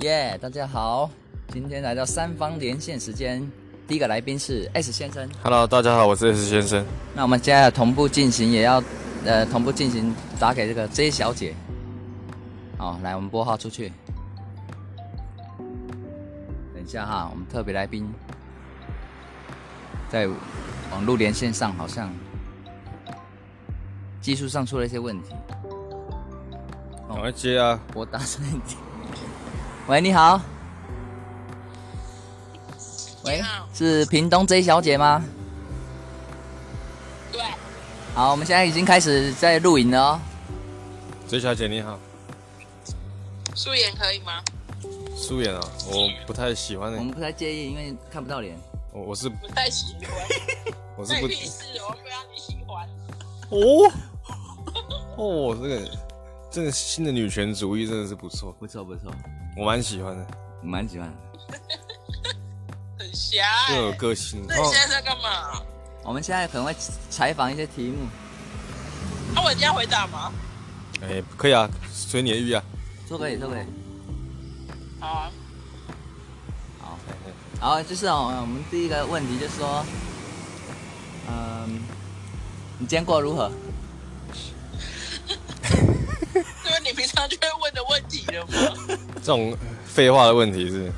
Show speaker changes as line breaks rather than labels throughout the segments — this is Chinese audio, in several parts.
耶大家好，今天来到三方连线时间，第一个来宾是 S 先生。
Hello，大家好，我是 S 先生。
那我们接下来同步进行，也要呃同步进行打给这个 J 小姐。好，来我们拨号出去。等一下哈，我们特别来宾在网络连线上好像技术上出了一些问题。
赶快接啊！
我打算一点。 喂，你好。喂
你好，
是屏东 J 小姐吗？
对，
好，我们现在已经开始在录影了哦。
J 小姐你好，
素颜可以吗？
素颜啊，我不太喜欢
我
你、
们不太介意，因为看不到脸。
我我是
不太喜欢，
我是
那
不
屁事，我不要你喜欢。
哦 哦，这个这个新的女权主义真的是不错，
不错不错，
我蛮喜欢的，
我蛮喜欢的。
很狭隘
又。有个哦性。
哎那
然
你
后
现在在干嘛？
我们现在可能会采访一些题目，
那啊我一定要回答吗？
哎、可以啊，随你的意啊。
都可以都可以。
好啊，
好，好，就是哦，我们第一个问题就是说，嗯，你今天过得如何？
这是你平常就会问的问题 了吗？
这种废话的问题是，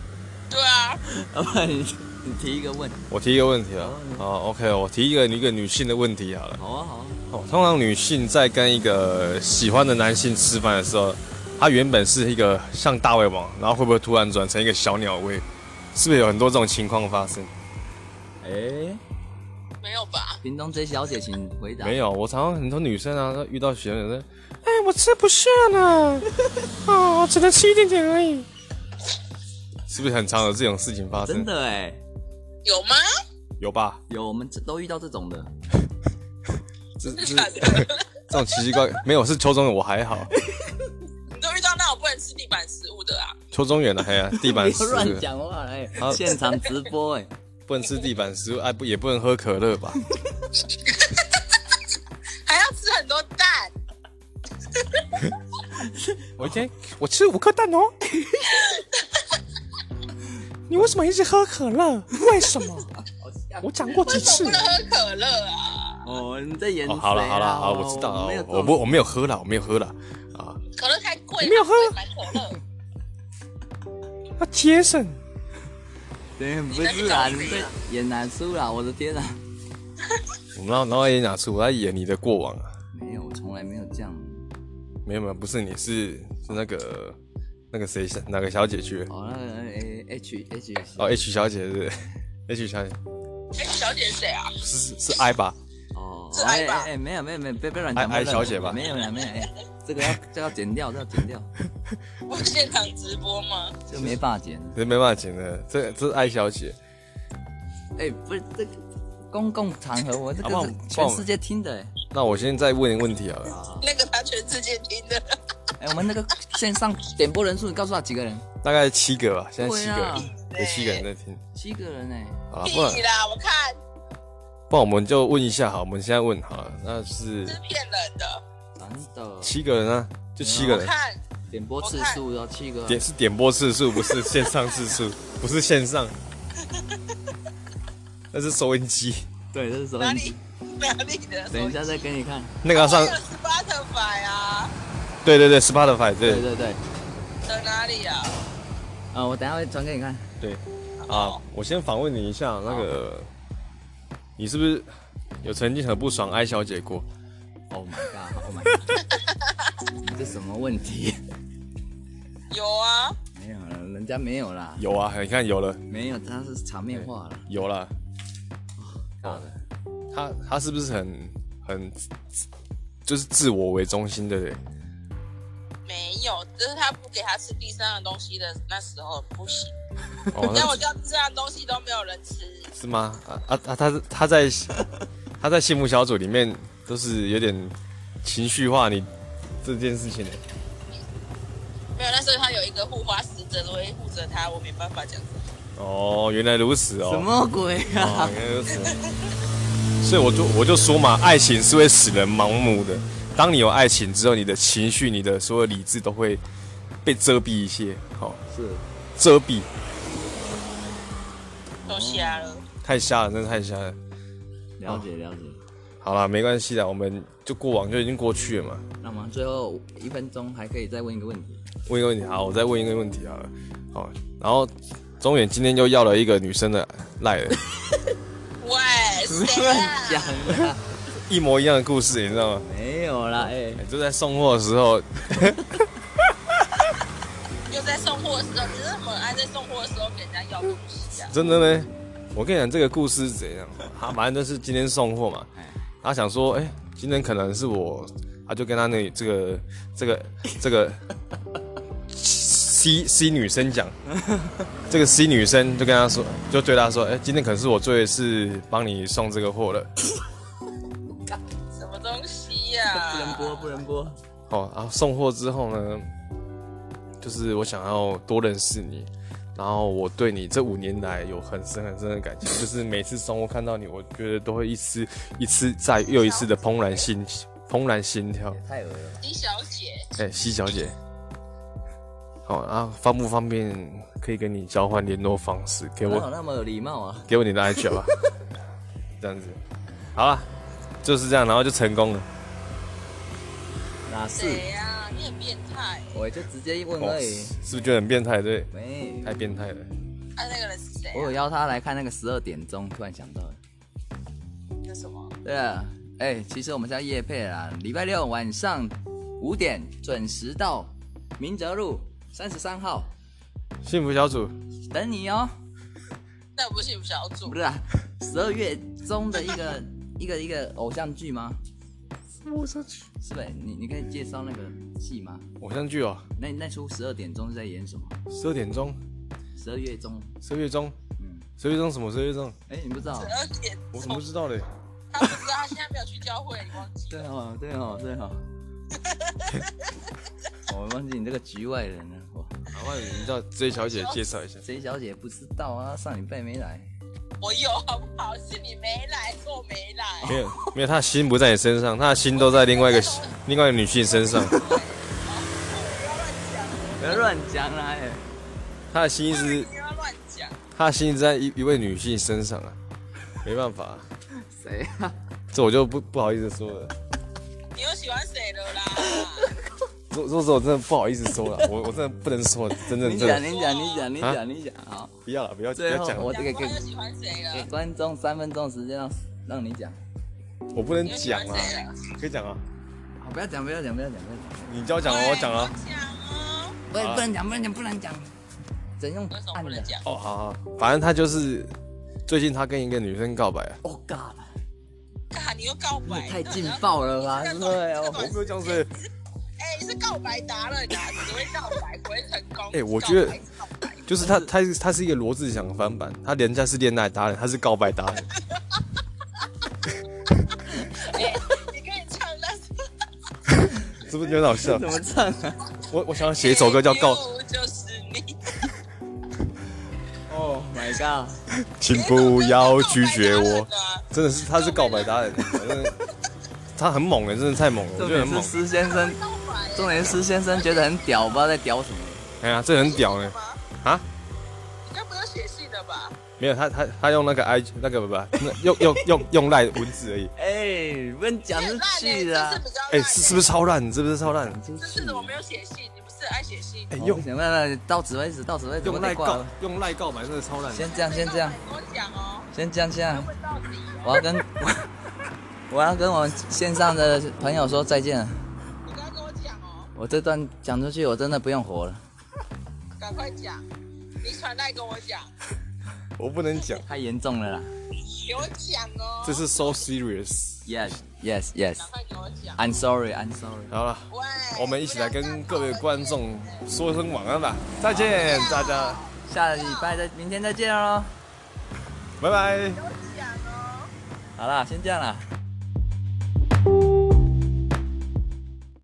对啊，
要不然你你提一个问。
我提一个问题啊。哦，OK，我提一个一个女性的问题好了。
好啊好啊。
哦，通常女性在跟一个喜欢的男性吃饭的时候，她原本是一个像大胃王，然后会不会突然转成一个小鸟胃？是不是有很多这种情况发生？
哎、
没有吧？
屏东 J 小姐，请回答。
没有，啊我常常很多女生啊，都遇到学生，哎，我吃不下了， 啊，我只能吃一点点而已。是不是很常有这种事情发
真
生？
的哎、
有吗？
有吧？
有我们都遇到这种的。
这这这
真的假的？
种奇奇怪没有，是邱中原，我还好。
你都遇到那种不能吃地板食物的啊？
邱中原的、啊，哎呀，地 板
不要
食物
乱讲话哎、
好
现场直播哎、
不能吃地板食物，哎，不也不能喝可乐吧？
还要吃很多蛋？
我今天我吃五颗蛋哦。 你为什么一直喝可乐？为什么？我讲过几次
不能喝可乐啊？
哦，你在演谁、啊
哦，
哦
好了好了好了，我知道
没有
了，
这种
我不我没有喝了，我没有喝了啊，
可乐太贵了，
没有喝
我不会买可乐。
要节省。
对，不是啊，你这演难输啦！我的天啊，
我们然后然后也拿出我在演你的过往啊，
没有，我从来没有这样。
没有没有，不是你是是那个那个谁哪个小姐去？
哦，那个诶 H H
哦，H 小姐是不是 H 小姐
哎，小姐是谁啊？
是是 I 吧？
哦，
是爱吧
哎哎，没有没有没有，别别乱讲，别乱
爱
讲
爱小姐吧
没有啦没有，哎，这个要这要剪掉，这要剪掉，
我现场直播吗？
这没办法剪。
这没办法讲的，这这是 I 小姐，
哎，不是这个公共场合，我这
啊不
个
然
是
我
全世界听的哎
那我现在问一个问题好了，
啊。
那个他全世界听的，
哎，我们那个线上点播人数，你告诉他几个人？
大概七个吧，现在七个
对啊
人， 有七个人在听。
七个人哎。
好了，不然
屁啦！我看
不然我们就问一下好，我们现在问好了，那是
是骗人的。
真的，
七个人啊，就七个
我
人，
哦看
点播次数要七个啊，
点是点播次数，不是线上次数，不是线上，那是收音机。
对，这是什么
哪？里 哪里的？
等一下再给你看。
那个要上
还有 Spotify 啊，
对对对，Spotify
对
对
对对，
在哪里啊？
啊，我等一下会传给你看。
对啊！我先访问你一下，那个你是不是有曾经很不爽艾小姐过？
Oh my god！Oh my god！你 这什么问题？
有啊，
没有了，人家没有啦，
有啊，你看有了，
没有，他是场面话了。
有了。
好的，
她她是不是很很就是自我为中心的人？
没有，就是他不给他吃地上的东西的那时候不行。
哦，
但我
那
叫地上的东西都没有人吃，
是吗？啊啊啊！她她在她在幸福小组里面都是有点情绪化，你这件事情呢？
没有。那时候他有一个护花使者都会护着他，我没办法讲。
哦，原来如此哦。
什么鬼
哦
啊？
原来如此。所以我就我就说嘛，爱情是会使人盲目的。当你有爱情之后，你的情绪、你的所有理智都会被遮蔽一些。好、
是，
遮蔽，
都瞎了。
太瞎了，真的太瞎了。
了解了解。
好啦，没关系的，我们就过往就已经过去了嘛。
那我们最后一分钟还可以再问一个问题。
问一个问题，好，我再问一个问题好了。好，然后中远今天又要了一个女生的赖了，
喂，谁
乱
啊？
讲啦，
一模一样的故事，你知道吗？
没有啦，哎、
哎就在送货的时候，
又在送货的时候，你真的很爱在送货的时候给人家要东西啊？
真的呢，我跟你讲这个故事是怎样，他反正就是今天送货嘛，他想说，哎、今天可能是我，他就跟他那这个这个这个 C C 女生讲，这个 C 女生就跟他说，就对他说，哎、今天可能是我最后一次帮你送这个货了，
什么东西呀、
不能播，不能播。
哦，然后送货之后呢，就是我想要多认识你。然后我对你这五年来有很深很深的感情，就是每次送货看到你，我觉得都会一次一次再又一次的怦然心怦然心跳。
太恶了吧。
李小姐，
哎、西小姐，好啊，方不方便可以跟你交换联络方式？给
哪有
我
那么有礼貌啊？
给我你的 IG 好吧？ 这样子，好了，就是这样，然后就成功了。
哪是？
谁呀、你很变态。
我就直接一问
哦
而已。
是不是觉得很变态？对，
没，
太变态了。
啊，那个人是谁、
我有
啊？
邀他来看那个十二点钟，突然想到了。
那什么？
对了，哎、其实我们是要夜配啦，礼拜六晚上五点准时到明哲路三十三号
幸福小组，
等你哦。
那不是我们小组
不是啊，十二月中的一个 一个一个偶像剧吗？
我上去，
是呗？你你可以介绍那个戏吗？
偶像剧哦，
那那出十二点钟是在演什么？
十二点钟，
十二月中，
十二月中，
嗯，
十二月中什么？十二月中，
哎、你不知道
十？二点
我怎么
钟
不，知道嘞？
他不知道他现在没有去教会，你忘记
对
了？
哦，对哦，对 哦。我忘记你这个局外人了，哇，
麻烦你叫 J 小姐介绍一下。
谁小姐不知道啊？上礼拜没来，
我有好不好？是你没来，是我没来。
啊没有，没有，他的心不在你身上，他的心都在另外一个另外一个女性身上。
不
不
要乱讲，
要乱讲啦！哎、
他的心一直，
不要乱讲。
他的心一直在一一位女性身上啊，没办法啊、
谁啊？
这我就不不好意思说了，
你又喜欢谁了啦？
这这这我真的不好意思说了，我我真的不能说，真正
你
真
讲，
的
你讲，你讲，你
啊
讲，你讲，好，
不要了，不要不
最
要
后
讲了，
我
我
这
讲
个
话又
给
喜欢谁
给
了？
观众三分钟时间让让你讲，
我不能
你又喜
讲
欢
啊
谁，了？
可以讲啊，
好，不要讲，不要讲，不要讲，不要讲，
你叫我讲啊，我讲啊，
对。我讲哦
不
好
能
啊
不能讲，不能讲，不能讲，整用
为什么
按
不
的
能。讲？
哦，好好，反正他就是最近他跟一个女生告白啊，
Oh God！
干，你又告
你
白，
也太劲爆了吧？
你
对
这
不对哦
个短这个短，
我没有讲谁，
哎，你是告白达人啊，你只会告白，不会成功。
哎我
告白
觉得
告白
就是他他他是一个罗志祥的翻版，他人家是恋爱达人，他是告白达人，
哎，你可以唱，但是
是不是觉得很好 笑
怎？么唱啊？
我我想要写一首歌叫告。
又就是你，
哦 My God！
请不要拒绝
这首
我
歌告白达人。啊
真的是，他是告白达人，反正他很猛哎，真的太猛了，我
重
觉得
点
很
是
猛。
施先生，
告白
重点是施先生觉得很屌，不知道在屌什么。
哎呀，这很屌哎！
吗？
啊，
你该不是写信的吧？
没有他他他用那个 i 那个不不，那用用用用赖文字而已。
哎，不能讲
这
是
很烂欸
去的
这是
啊，
比较烂
哎，
欸
是是不是？超烂？是不是超烂？
真
这次怎么没有写信？你不是爱写信？
哎，
用
用
想办法到此为止，到此为止，我
用
得
赖
挂
告
了。
用赖告白真的超烂。
先这样，先这样，
跟我讲哦，
先这样，先这
要
样。
问到底哦。
我要跟 我要跟我们线上的朋友说再见了。
你刚刚跟我讲哦，
我这段讲出去，我真的不用活了。
赶快讲。你传来跟我讲，
我不能讲，
太严重了啦。
给我讲哦。
这是 so serious。
Yes, yes, yes.
赶快给我讲。
I'm sorry, I'm sorry.
好了，
喂，
哎我们一起来跟各位观众说声晚安吧，再见大家，
下礼拜再，明天再见喽。
拜拜。
不要这样哦。
好啦，先这样啦。